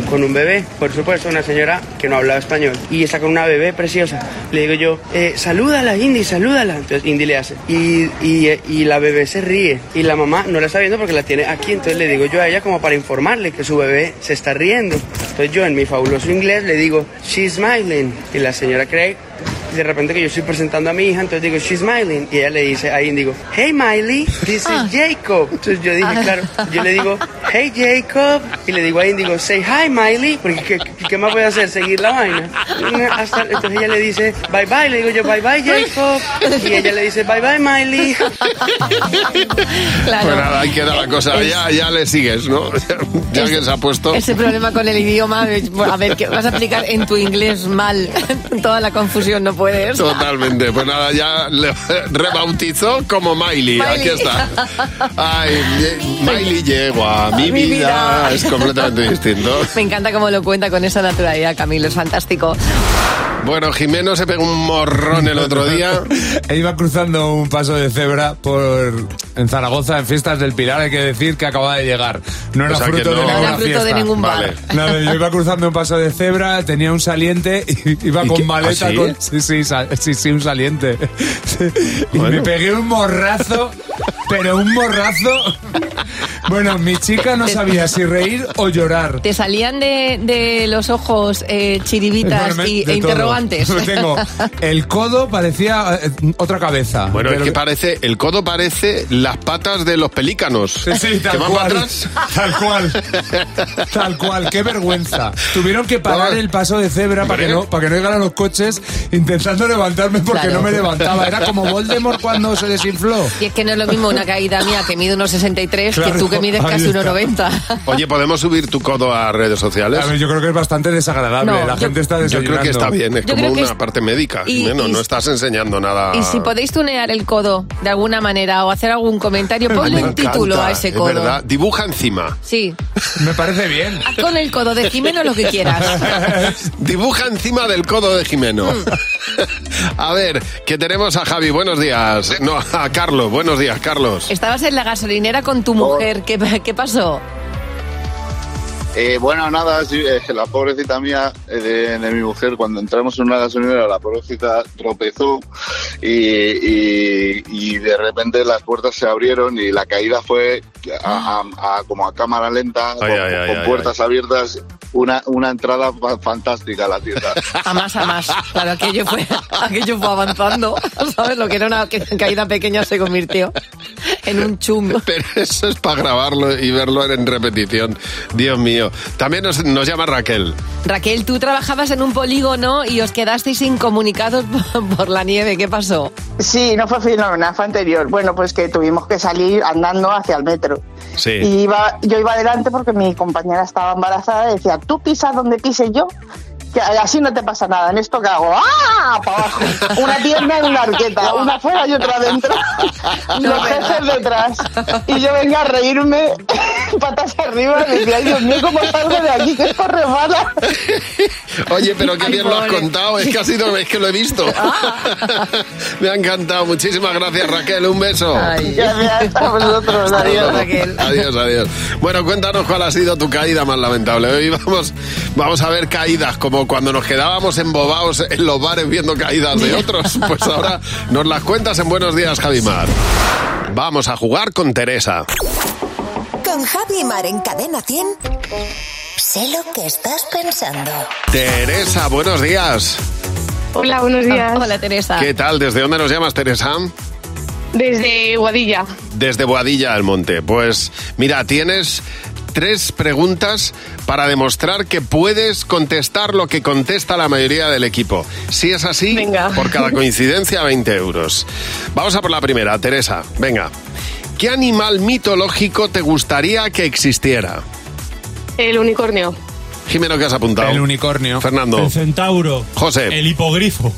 P: con un bebé, por supuesto, una señora que no hablaba español. Y está con una bebé preciosa. Le digo yo, eh, salúdala, Indy, salúdala. Entonces Indy le hace. Y, y, eh, y la bebé se ríe. Y la mamá no la está viendo porque la tiene aquí. Entonces le digo yo a ella como para informarle que su bebé se está riendo. Entonces yo en mi fabuloso inglés le digo, she's smiling. Y la señora cree Y de repente que yo estoy presentando a mi hija, entonces digo, she's Miley. Y ella le dice a Indigo, hey Miley, this is Jacob. Entonces yo dije, claro, yo le digo, hey Jacob. Y le digo a Indigo, say hi Miley, porque ¿qué, qué- qué más voy a hacer? Seguir la vaina. Hasta- entonces ella le dice, bye bye. Le digo yo, bye bye Jacob. Y ella le dice, bye bye Miley.
D: Claro.
C: Pues nada, ahí queda la cosa.
D: Es-
C: Ya, ya le sigues, ¿no? ya que se ha puesto.
D: Ese problema con el idioma, a ver, que vas a aplicar en tu inglés mal. Toda la confusión no puedes.
C: Totalmente. Pues nada, ya le rebautizó como Miley. Aquí está. Ay, ye- Miley llegó a mi,
D: Ah, Mi
C: vida.
D: vida.
C: Es completamente distinto.
D: Me encanta cómo lo cuenta con esa naturalidad, Camilo, es fantástico.
C: Bueno, Jimeno se pegó un morrón el otro día.
Q: E iba cruzando un paso de cebra por en Zaragoza, en fiestas del Pilar, hay que decir que acababa de llegar. No era
C: O sea, que
Q: fruto
C: no-
Q: de
C: No era
Q: ninguna
C: fruto de
Q: fiesta.
C: ningún bar. Vale.
Q: Nada, yo iba cruzando un paso de cebra, tenía un saliente, y iba
C: ¿Y
Q: con
C: qué?
Q: maleta,
C: ¿Ah, sí?
Q: con- sí? sí, sa- sí, sí, un saliente. Y me pegué un morrazo, pero un morrazo Bueno, mi chica no sabía si reír o llorar.
D: Te salían de, de los ojos eh, chiribitas
Q: Bueno, me-
D: y,
Q: de
D: e
Q: todo.
D: interrogantes.
Q: Tengo el codo parecía eh, otra cabeza.
C: Bueno,
Q: Pero-
C: es que parece, el codo parece las patas de los pelícanos.
Q: sí, tal
C: que van
Q: cual.
C: para atrás.
Q: Tal cual. Tal cual, qué vergüenza. Tuvieron que parar el paso de cebra para que no, para que no llegaran los coches intentando levantarme porque
D: Claro.
Q: no me levantaba. Era como Voldemort cuando se desinfló.
D: Y es que no es lo mismo una caída mía que mide 1,63 que
Q: Claro,
D: tú que mides
Q: ahí
D: casi
Q: está.
D: 1,90.
C: Oye, ¿podemos subir tu codo a redes sociales?
Q: A ver, yo creo que es bastante desagradable.
D: No,
Q: La
D: yo-
Q: gente está
C: Yo creo
Q: desayunando.
C: que está bien, es
D: Yo
C: como
D: creo que
C: una
D: es-
C: parte médica.
D: y-
C: Jimeno,
D: y-
C: no estás enseñando
Q: Ah.
C: nada.
D: Y si podéis tunear el codo de alguna manera o hacer algún comentario,
C: Me
D: ponle un
C: encanta,
D: título a ese
C: es
D: codo.
C: verdad. Dibuja encima.
D: Sí,
Q: Me parece bien.
D: haz con el codo de Jimeno lo que quieras.
C: Dibuja encima del codo de Jimeno.
R: Mm.
C: a ver, que tenemos a Javi. Buenos días. No, a Carlos. Buenos días, Carlos.
D: Estabas en la gasolinera con tu mujer, ¿qué, qué pasó?
N: Eh, bueno, nada, sí, eh, la pobrecita mía, eh, de, de mi mujer, cuando entramos en una gasolinera, la pobrecita tropezó y, y- y de repente las puertas se abrieron y la caída fue a- a- a- como a cámara lenta, con,
C: ay, ay,
N: con
C: ay,
N: puertas abiertas, una, una entrada fa- fantástica a la tienda.
D: A más, a más. Claro, aquello fue, aquello fue avanzando. ¿Sabes? Lo que era una ca- caída pequeña se convirtió en un chum.
C: Pero eso es para grabarlo y verlo en repetición. Dios mío. También nos, nos llama Raquel.
D: Raquel, tú trabajabas en un polígono y os quedasteis incomunicados por- por la nieve. ¿Qué pasó?
R: Sí, no fue Filomena, fue anterior. Bueno, pues que tuvimos que salir andando hacia el metro.
C: Sí.
R: Y iba, yo iba adelante porque mi compañera estaba embarazada y decía, tú pisas donde pise yo, que así no te pasa nada. En esto que hago, ¡ah! Para abajo. Una pierna y una arqueta, una afuera y otra adentro. Los jefes detrás. Y yo venga a reírme, patas arriba, y decía, "Ay, Dios mío, ¿cómo salgo de aquí? Que esto resbala.
C: Oye, pero qué
R: Ay,
C: bien lo has
R: pobre. Ah.
C: contado. Es que ha sido, es que lo he visto. Me ha encantado. Muchísimas gracias, Raquel. Un beso.
R: Gracias a vosotros, adiós.
C: Adiós, adiós. Bueno, cuéntanos cuál ha sido tu caída más lamentable. Hoy vamos, vamos a ver caídas, como cuando nos quedábamos embobados en los bares viendo caídas de otros. Pues ahora nos las cuentas en Buenos Días, Javimar. Vamos a jugar con Teresa.
S: Con Javi Mar en Cadena 100. Sé lo que estás pensando.
C: Teresa, buenos días.
T: Hola, buenos días.
D: Hola, Teresa.
C: ¿Qué tal? ¿Desde dónde nos llamas, Teresa?
T: Desde Guadilla.
C: Desde Boadilla del Monte. Pues mira, tienes tres preguntas para demostrar que puedes contestar lo que contesta la mayoría del equipo. Si es así, por cada coincidencia 20 euros. Vamos a por la primera, Teresa. Venga. ¿Qué animal mitológico te gustaría que existiera?
T: El unicornio.
C: Jimeno, ¿qué has apuntado? El unicornio. Fernando.
E: El centauro.
C: José.
E: El hipogrifo.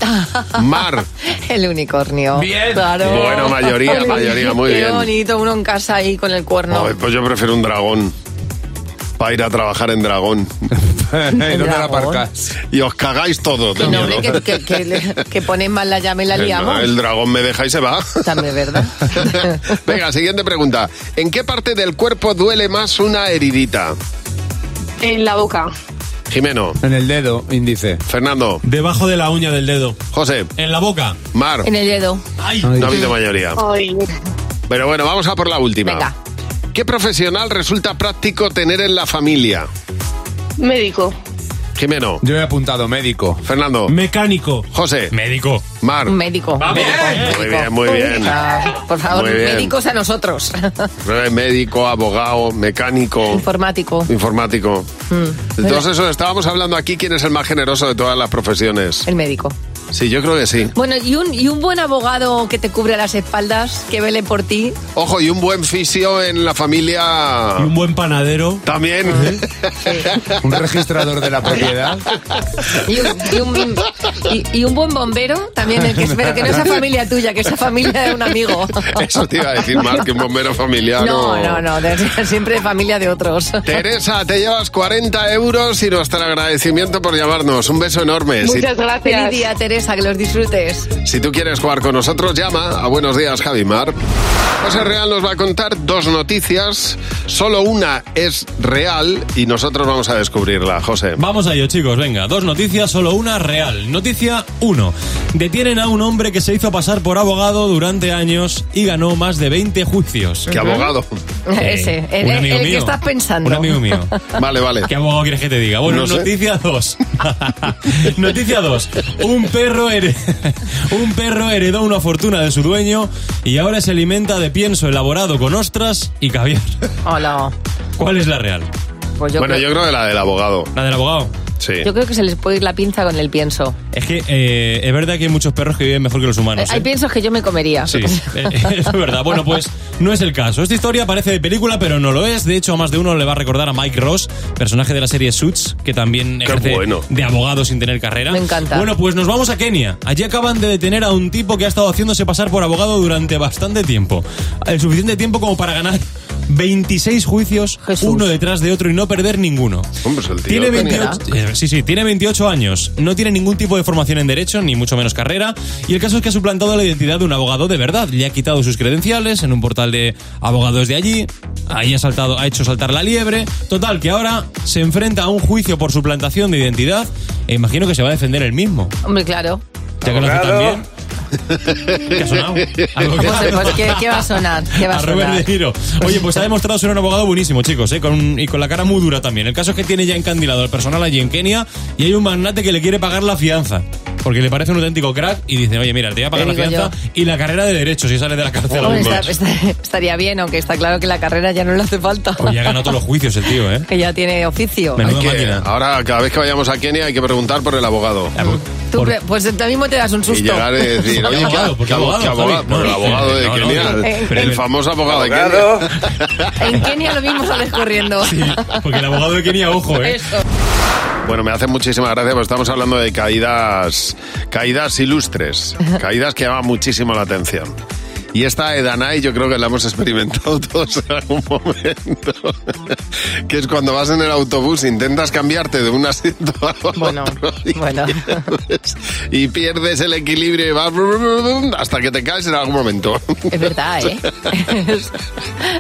C: Mar.
D: El unicornio.
C: Bien.
D: Claro.
C: Bueno, mayoría,
D: El
C: mayoría, muy
D: qué
C: bien.
D: bonito, uno en casa ahí con el cuerno.
C: Ay, pues yo prefiero un dragón. Para ir a trabajar en dragón.
Q: ¿Dónde la
D: Dragón.
Q: aparcas?
C: Y os cagáis todos.
D: Que
C: de
D: no,
C: miedo.
D: hombre, que, que, que le- que ponen mal la llama y la
C: El-
D: liamos.
C: El dragón me deja y se va.
D: También, ¿verdad?
C: Venga, siguiente pregunta. ¿En qué parte del cuerpo duele más una heridita?
T: En la boca.
C: Jimeno.
Q: En el dedo, índice.
C: Fernando.
E: Debajo de la uña del dedo.
C: José.
E: En la boca.
C: Mar.
D: En el Oh. dedo.
C: No ha habido mayoría. Pero bueno, vamos a por la última.
T: Venga.
C: ¿Qué profesional resulta práctico tener en la familia?
T: Médico.
C: Jimeno. Yo he apuntado médico. Fernando.
E: Mecánico.
C: José. Médico. Mar.
D: Un médico.
C: Muy bien, muy bien.
D: Ah, Por favor,
C: Muy bien.
D: médicos a nosotros.
C: Médico, abogado, mecánico,
D: Informático.
C: informático.
D: Mm.
C: Entonces, eso, estábamos hablando aquí quién es el más generoso de todas las profesiones.
D: El médico.
C: Sí, yo creo que sí.
D: Bueno, y un, y un buen abogado que te cubre las espaldas, que vele por ti.
C: Ojo, y un buen fisio en la familia. Y un
E: buen panadero.
C: También.
Q: Un registrador de la propiedad.
D: Y un, y un- y- y un buen bombero también, el que, pero que no sea familia tuya, que sea familia de un amigo.
C: Eso te iba a decir, Mar, que un bombero familiar.
D: No, no, no, de- siempre familia de otros.
C: Teresa, te llevas 40 euros y nuestro agradecimiento por llamarnos. Un beso enorme. Si-
D: gracias. Feliz día, Teresa. mesa, que los disfrutes.
C: Si tú quieres jugar con nosotros, llama a Buenos Días Javimar. José Real nos va a contar dos noticias. Solo una es real y nosotros vamos a descubrirla, José.
U: Vamos a ello, chicos. Venga, dos noticias, solo una real. Noticia 1. Detienen a un hombre que se hizo pasar por abogado durante años y ganó más de 20 juicios.
C: ¿Qué abogado?
U: Eh,
D: Ese, el,
U: un amigo
D: el que
U: mío.
D: estás pensando.
U: Un amigo mío.
C: Vale, vale.
U: ¿Qué abogado quieres que te diga? Bueno,
C: No sé.
U: noticia 2. noticia 2. Un perro here- un perro heredó una fortuna de su dueño y ahora se alimenta de pienso elaborado con ostras y caviar.
D: Hola.
U: ¿Cuál es la real?
D: Pues yo
C: bueno,
U: creo-
C: yo creo que la del abogado.
U: ¿La del abogado?
C: Sí.
D: Yo creo que se les puede ir la pinza con el pienso.
U: Es que eh, es verdad que hay muchos perros que viven mejor que los humanos.
D: Hay
U: ¿eh?
D: piensos que yo me comería.
U: Sí, eh, es verdad. Bueno, pues no es el caso. Esta historia parece de película, pero no lo es. De hecho, a más de uno le va a recordar a Mike Ross, personaje de la serie Suits, que también ejerce de abogado sin tener carrera.
D: Me encanta.
U: Bueno, pues nos vamos a Kenia. Allí acaban de detener a un tipo que ha estado haciéndose pasar por abogado durante bastante tiempo. El suficiente tiempo como para ganar 26 juicios, uno detrás de otro y no perder ninguno.
C: Hombre, pues el tío
U: Tiene
C: tenía-
U: 28, eh, sí, sí, tiene 28 años, no tiene ningún tipo de formación en derecho, ni mucho menos carrera, y el caso es que ha suplantado la identidad de un abogado de verdad. Le ha quitado sus credenciales en un portal de abogados de allí, ahí ha, saltado, ha hecho saltar la liebre. Total, que ahora se enfrenta a un juicio por suplantación de identidad, e imagino que se va a defender el mismo.
D: Hombre, claro.
U: Ya que lo hace tan bien. ¿Qué ha sonado? Algo que-
D: Pues, pues, ¿qué, qué va a sonar? ¿Qué va a
U: a Robert
D: sonar?
U: De Niro. Oye, pues ha demostrado ser un abogado buenísimo, chicos, ¿eh? con, y con la cara muy dura también. El caso es que tiene ya encandilado al personal allí en Kenia y hay un magnate que le quiere pagar la fianza. Porque le parece un auténtico crack y dice, oye, mira, te voy a pagar
D: Te
U: la
D: digo
U: fianza y la carrera de derecho si sales de la cárcel
D: Hombre,
U: algún día.
D: está- está- estaría bien, aunque está claro que la carrera ya no le hace falta.
U: Oye, ha ganado todos los juicios el tío, ¿eh?
D: que ya tiene oficio.
C: Hay que- ahora, cada vez que vayamos a Kenia, hay que preguntar por el abogado.
D: Tú, pe- Pues tú mismo te das un
C: Y
D: susto.
C: llegar y decir, oye, ¿qué
U: abogado? Ah, ¿Por qué
C: qué abo-
U: abogado,
C: qué abogado?
U: Javi?
C: Por el
U: No,
C: abogado de
U: no, no,
C: Kenia.
U: no.
C: el-
U: Pero-
C: El famoso abogado de
U: Abogado.
C: Kenia.
D: En Kenia lo mismo sales corriendo.
U: Porque el abogado de Kenia, ojo, ¿eh?
D: Eso.
C: Bueno, me hace muchísima gracia porque estamos hablando de caídas, caídas ilustres, caídas que llaman muchísimo la atención. Y esta de Danai yo creo que la hemos experimentado todos en algún momento. Que es cuando vas en el autobús, intentas cambiarte de un asiento a otro y, pierdes, y pierdes el equilibrio y vas hasta que te caes en algún momento.
D: Es verdad, ¿eh?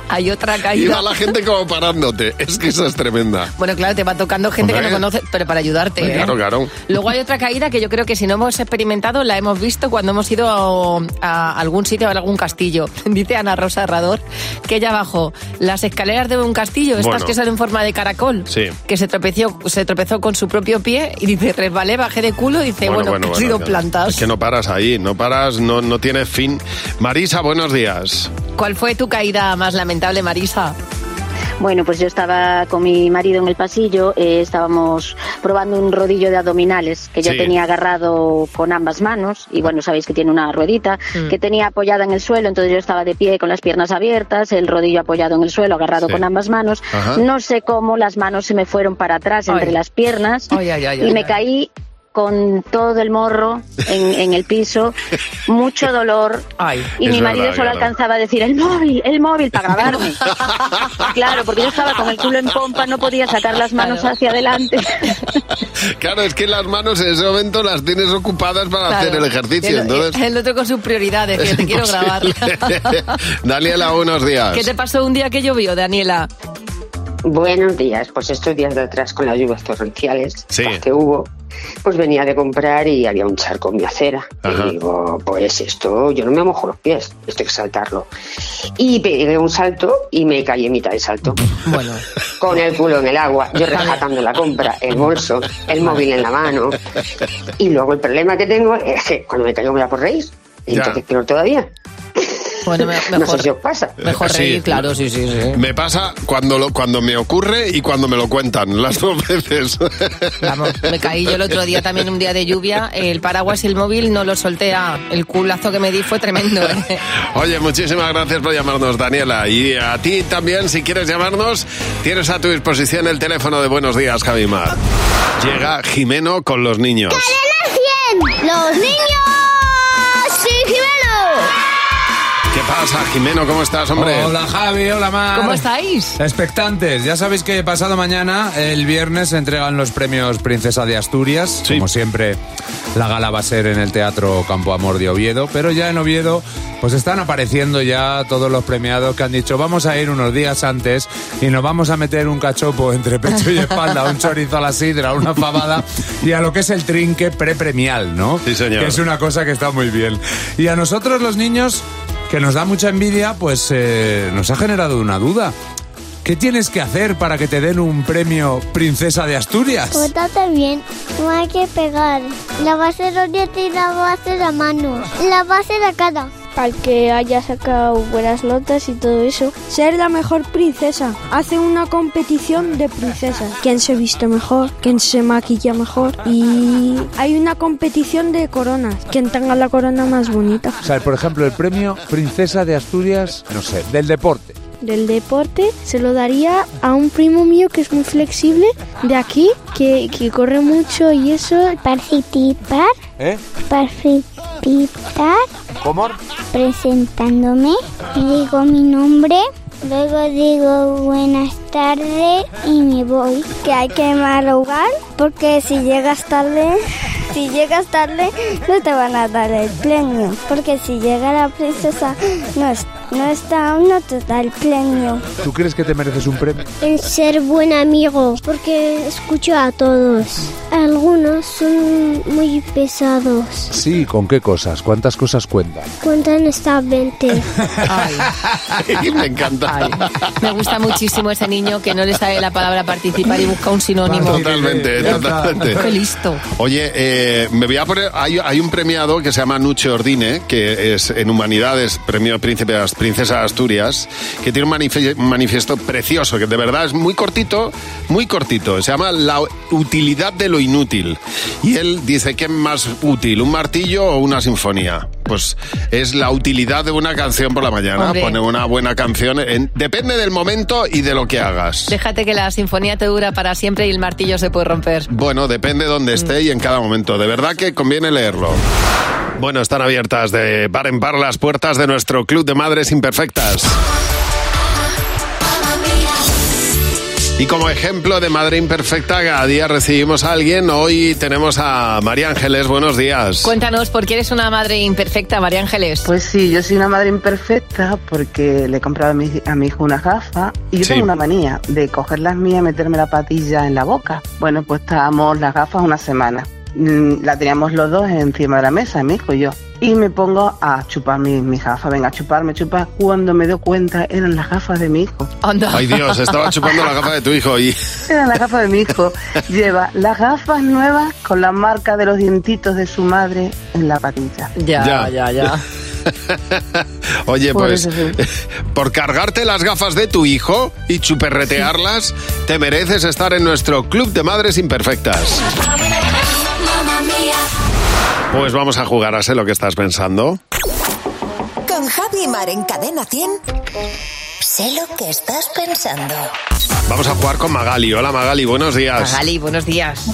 D: Hay otra
C: Y
D: caída.
C: va la gente como parándote. Es que esa es tremenda.
D: Bueno, claro, te va tocando gente que no
C: Hombre. eh.
D: conoces, pero para ayudarte. ¿eh?
C: Claro, claro.
D: Luego hay otra caída que yo creo que si no hemos experimentado la hemos visto cuando hemos ido a, a algún sitio, a algún castillo. Dice Ana Rosa Herrador que ella bajó las escaleras de un castillo, estas
C: Bueno.
D: que salen en forma de caracol,
C: Sí.
D: que se tropezó, se tropezó con su propio pie y dice, resbalé, bajé de culo, dice, bueno, que he sido
C: ya.
D: plantas.
C: Es que no paras ahí, no paras, no, no tiene fin. Marisa, buenos días.
D: ¿Cuál fue tu caída más lamentable, Marisa?
V: Bueno, pues yo estaba con mi marido en el pasillo, eh, estábamos probando un rodillo de abdominales que yo
W: Sí.
V: tenía agarrado con ambas manos y bueno, sabéis que tiene una ruedita
W: Mm.
V: que tenía apoyada en el suelo, entonces yo estaba de pie con las piernas abiertas, el rodillo apoyado en el suelo, agarrado
W: Sí.
V: con ambas manos.
W: Ajá.
V: No sé cómo las manos se me fueron para atrás entre
W: Ay.
V: las piernas
W: ay,
V: y
W: ay,
V: me
W: ay.
V: caí con todo el morro en, en el piso, mucho dolor y
W: Es
V: mi marido
W: verdad, eh.
V: solo
W: claro.
V: alcanzaba a decir el móvil, el móvil para grabarme. Claro, porque yo estaba con el culo en pompa, no podía sacar las manos hacia adelante.
C: Claro, es que las manos en ese momento las tienes ocupadas para
D: Claro.
C: Ah,
D: eh,
C: hacer el ejercicio.
D: El-
C: entonces,
D: El otro con sus prioridades, que te quiero grabar. eh,
C: Daniela, buenos días.
D: ¿Qué te pasó un día que llovió, Daniela?
X: Buenos días, pues estos días de atrás con las lluvias torrenciales
C: Sí.
X: las que hubo, pues venía de comprar y había un charco en mi acera.
W: Ajá.
X: Y digo, pues esto, yo no me mojo los pies, esto hay que saltarlo. Y pegué un salto y me caí en mitad del salto.
D: Bueno.
X: Con el culo en el agua, yo rescatando la compra, el bolso, el móvil en la mano. Y luego el problema que tengo es que cuando me caigo me da por reír. Y
C: Ya.
X: entonces peor todavía.
D: Bueno,
X: No sé si os pasa.
D: sí, sí, sí.
C: Me pasa cuando, lo, cuando me ocurre y cuando me lo cuentan, las dos veces.
D: Vamos, Me caí yo el otro día también, un día de lluvia. El paraguas y el móvil no lo solté. ah, el culazo que me di fue tremendo. ¿eh?
C: Oye, muchísimas gracias por llamarnos, Daniela. Y a ti también, si quieres llamarnos, tienes a tu disposición el teléfono de Buenos Días, Javimar. Llega Jimeno con los niños.
W: ¡Cadena 100! ¡Los niños! ¡Sí, Jimeno!
C: Que ¿Qué pasa, Jimeno? ¿Cómo estás, hombre?
Q: Hola Javi, hola Mar.
D: ¿Cómo estáis?
Q: Expectantes, ya sabéis que pasado mañana, el viernes, se entregan los premios Princesa de Asturias. Como siempre, la gala va a ser en el Teatro Campo Amor de Oviedo, pero ya en Oviedo, pues están apareciendo ya todos los premiados que han dicho, vamos a ir unos días antes y nos vamos a meter un cachopo entre pecho y espalda, un chorizo a la sidra, una fabada y a lo que es el trinque prepremial, ¿no? Sí, señor. Que es una cosa que está muy bien. Y a nosotros los niños que nos da mucha envidia, pues eh, nos ha generado una duda. ¿Qué tienes que hacer para que te den un premio Princesa de Asturias?
B: Pórtate bien, no hay que pegar. La base de los dientes y la base de la mano. La base de la cara.
F: Al que haya sacado buenas notas y todo eso. Ser la mejor princesa. Hace una competición de princesas. ¿Quién se viste mejor? ¿Quién se maquilla mejor? Y hay una competición de coronas. ¿Quién tenga la corona más bonita?
Q: O sea, por ejemplo, el premio Princesa de Asturias, no sé, del deporte.
F: Del deporte se lo daría a un primo mío que es muy flexible de aquí, que, que corre mucho y eso.
B: Participar,
Q: ¿Eh?
B: participar,
Q: ¿Cómo?
B: presentándome, digo mi nombre, luego digo buenas tardes y me voy. Que hay que madrugar porque si llegas tarde, si llegas tarde no te van a dar el premio, porque si llega la princesa no, es- no está, no te da el premio.
Q: ¿Tú crees que te mereces un premio?
B: En ser buen amigo, porque escucho a todos. Algunos son muy pesados.
Q: Sí, ¿con qué cosas? ¿Cuántas cosas cuentan?
B: Cuentan hasta 20.
C: Me encanta.
D: Me gusta muchísimo ese niño que no le sale la palabra participar y busca un sinónimo.
C: Ah, Totalmente, totalmente.
D: Qué listo.
C: Oye, eh, me voy a poner. Hay, hay un premiado que se llama Nuche Ordine, que es en Humanidades, premio Príncipe de As- Princesa de Asturias, que tiene un, manife- un manifiesto precioso, que de verdad es muy cortito, muy cortito. Se llama La utilidad de lo inútil. Y él dice: ¿qué es más útil, un martillo o una sinfonía? Pues es la utilidad de una canción por la mañana.
D: Hombre.
C: Pone una buena canción. en- depende del momento y de lo que hagas.
D: Déjate que la sinfonía te dura para siempre y el martillo se puede romper.
C: Bueno, depende dónde esté y en cada momento. De verdad que conviene leerlo. Bueno, están abiertas de par en par las puertas de nuestro Club de Madres Imperfectas. Y como ejemplo de madre imperfecta, cada día recibimos a alguien. Hoy tenemos a María Ángeles. Buenos días.
D: Cuéntanos, ¿por qué eres una madre imperfecta, María Ángeles?
I: Pues sí, yo soy una madre imperfecta porque le he comprado a mi, a mi hijo una gafa y yo
D: Sí.
I: tengo una manía de coger las mías y meterme la patilla en la boca. Bueno, pues estábamos las gafas una semana. Mm, La teníamos los dos encima de la mesa, mi hijo y yo. Y me pongo a chupar mi, mi gafa, venga, a chuparme, chupar. Cuando me doy cuenta eran las gafas de mi hijo.
C: Ay Dios, estaba chupando la gafa de tu hijo y...
I: Era la gafa de mi hijo. Lleva las gafas nuevas con la marca de los dientitos de su madre en la patilla.
C: Oye,
I: Por
C: pues
I: eso
C: por cargarte las gafas de tu hijo y chuperretearlas, te mereces estar en nuestro Club de Madres Imperfectas. Pues vamos a jugar, a sé lo que estás pensando.
S: Con Javi Mar en Cadena 100. Sé lo que estás pensando.
C: Vamos a jugar con Magali. Hola Magali, buenos días.
D: Magali, buenos días.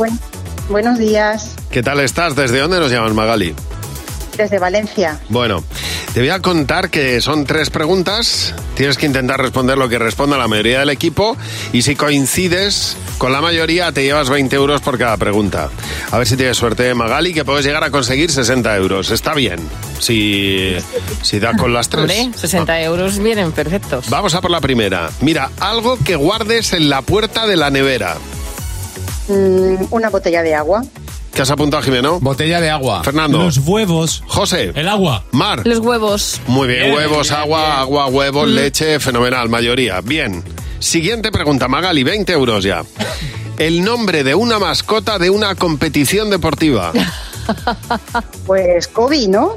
W: Buenos días,
C: ¿Qué tal estás? ¿Desde dónde nos llamas Magali?
W: desde Valencia.
C: Bueno, te voy a contar que son tres preguntas. Tienes que intentar responder lo que responda la mayoría del equipo y si coincides con la mayoría te llevas 20 euros por cada pregunta. A ver si tienes suerte, Magali, que puedes llegar a conseguir 60 euros. Está bien, si, si da con las tres. Ah.
D: Hombre, 60 euros vienen perfectos.
C: Vamos a por la primera. Mira, algo que guardes en la puerta de la nevera.
W: Mm, una botella de agua.
C: ¿Qué has apuntado, Jimeno? Botella de agua. Fernando. Los huevos. José. El agua. Mar.
D: Los huevos.
C: Muy bien,
D: Bien,
C: huevos,
D: bien,
C: agua,
D: bien.
C: agua, huevos,
D: Mm.
C: leche, fenomenal, mayoría. Bien. Siguiente pregunta, Magali, 20 euros ya. El nombre de una mascota de una competición deportiva.
W: Pues Kobe, ¿no?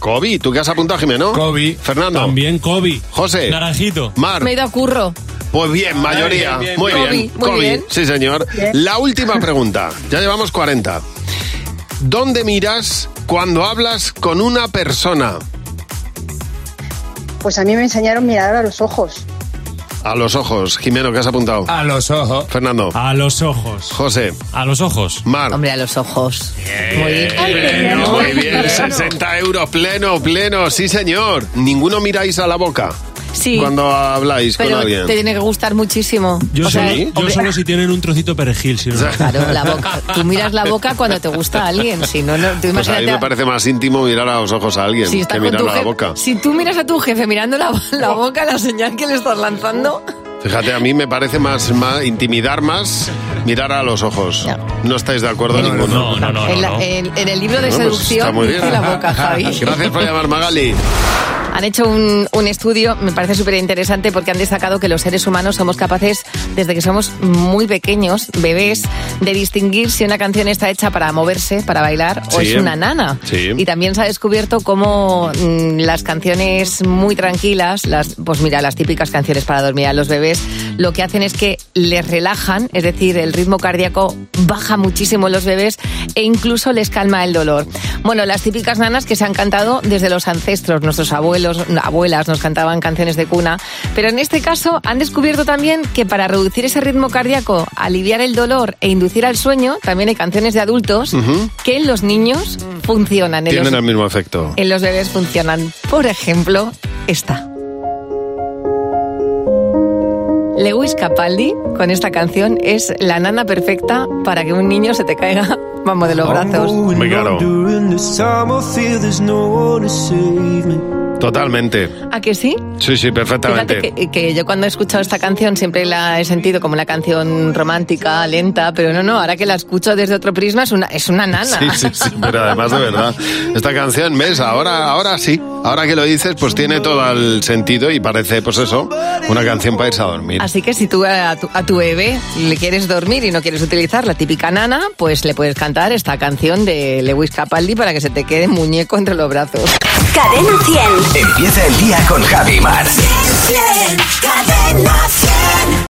C: Kobe, ¿tú qué has apuntado, Jimeno? Kobe. Fernando. También Kobe. José. Naranjito. Mar.
D: Me he dado curro.
C: Pues bien, mayoría.
D: bien, bien,
C: Muy
D: bien.
C: bien.
D: Kobe, muy bien.
C: Sí, señor.
D: Bien.
C: La última pregunta. Ya llevamos 40. ¿Dónde miras cuando hablas con una persona?
W: Pues a mí me enseñaron mirar a los ojos.
C: A los ojos. Jimeno, ¿qué has apuntado?
Q: A los ojos.
C: Fernando.
U: A los ojos.
C: José.
U: A los ojos.
C: Mar.
D: Hombre, a los ojos. Muy bien.
C: Muy bien, 60 euros pleno, pleno, sí señor. Ninguno miráis a la boca
D: Sí.
C: cuando habláis
D: Pero
C: con alguien.
D: te tiene que gustar muchísimo.
U: Yo,
D: O sea,
U: solo, yo
D: hombre,
U: solo si tienen un trocito de perejil, si no.
D: Claro, la boca. Tú miras la boca cuando te gusta a alguien. Si no, no tú
C: Pues a mí
D: imagínate
C: me parece más íntimo mirar a los ojos a alguien
D: si está
C: que
D: con tu
C: mirar a la
D: jefe-
C: boca.
D: Si tú miras a tu jefe mirando la,
U: Oh.
D: la boca, la señal que le estás lanzando.
C: Fíjate, a mí me parece más, más- intimidar más mirar a los ojos. No estáis de acuerdo ninguno.
U: No, no,
D: en, la- en- en el libro de
C: Bueno, pues está
D: seducción,
C: muy bien.
D: dice la boca, Javi.
C: Gracias por llamar, Magali.
D: Han hecho un, un estudio, me parece súper interesante, porque han destacado que los seres humanos somos capaces, desde que somos muy pequeños, bebés, de distinguir si una canción está hecha para moverse, para bailar, o
A: Sí.
D: es
C: ¿eh?
D: una nana.
A: Sí.
D: Y también se ha descubierto cómo mm, las canciones muy tranquilas, las, pues mira, las típicas canciones para dormir a los bebés, lo que hacen es que les relajan, es decir, el ritmo cardíaco baja muchísimo en los bebés e incluso les calma el dolor. Bueno, las típicas nanas que se han cantado desde los ancestros, nuestros abuelos, abuelas nos cantaban canciones de cuna, pero en este caso han descubierto también que para reducir ese ritmo cardíaco, aliviar el dolor e inducir al sueño, también hay canciones de adultos
C: Ujú.
D: que en los niños funcionan. En
C: Tienen
D: los-
C: el mismo efecto.
D: en los bebés funcionan. Por ejemplo, esta. Lewis Capaldi con esta canción es la nana perfecta para que un niño se te caiga, vamos, de los brazos.
C: Muy claro.
J: During this time I feel there's no one to save me.
C: Totalmente.
D: ¿A que sí?
C: Sí, sí, perfectamente.
D: Fíjate que, que yo cuando he escuchado esta canción siempre la he sentido como una canción romántica, lenta, pero no, no, ahora que la escucho desde otro prisma es una, es una nana.
C: Sí, sí, sí, pero además de verdad, esta canción, ¿ves? Ahora, ahora sí, ahora que lo dices, pues tiene todo el sentido y parece, pues eso, una canción para irse a dormir.
D: Así que si tú a tu, a tu bebé le quieres dormir y no quieres utilizar la típica nana, pues le puedes cantar esta canción de Lewis Capaldi para que se te quede muñeco entre los brazos.
S: Cadena 100.
K: Empieza el día con Javi Mar.
S: Cadena 100.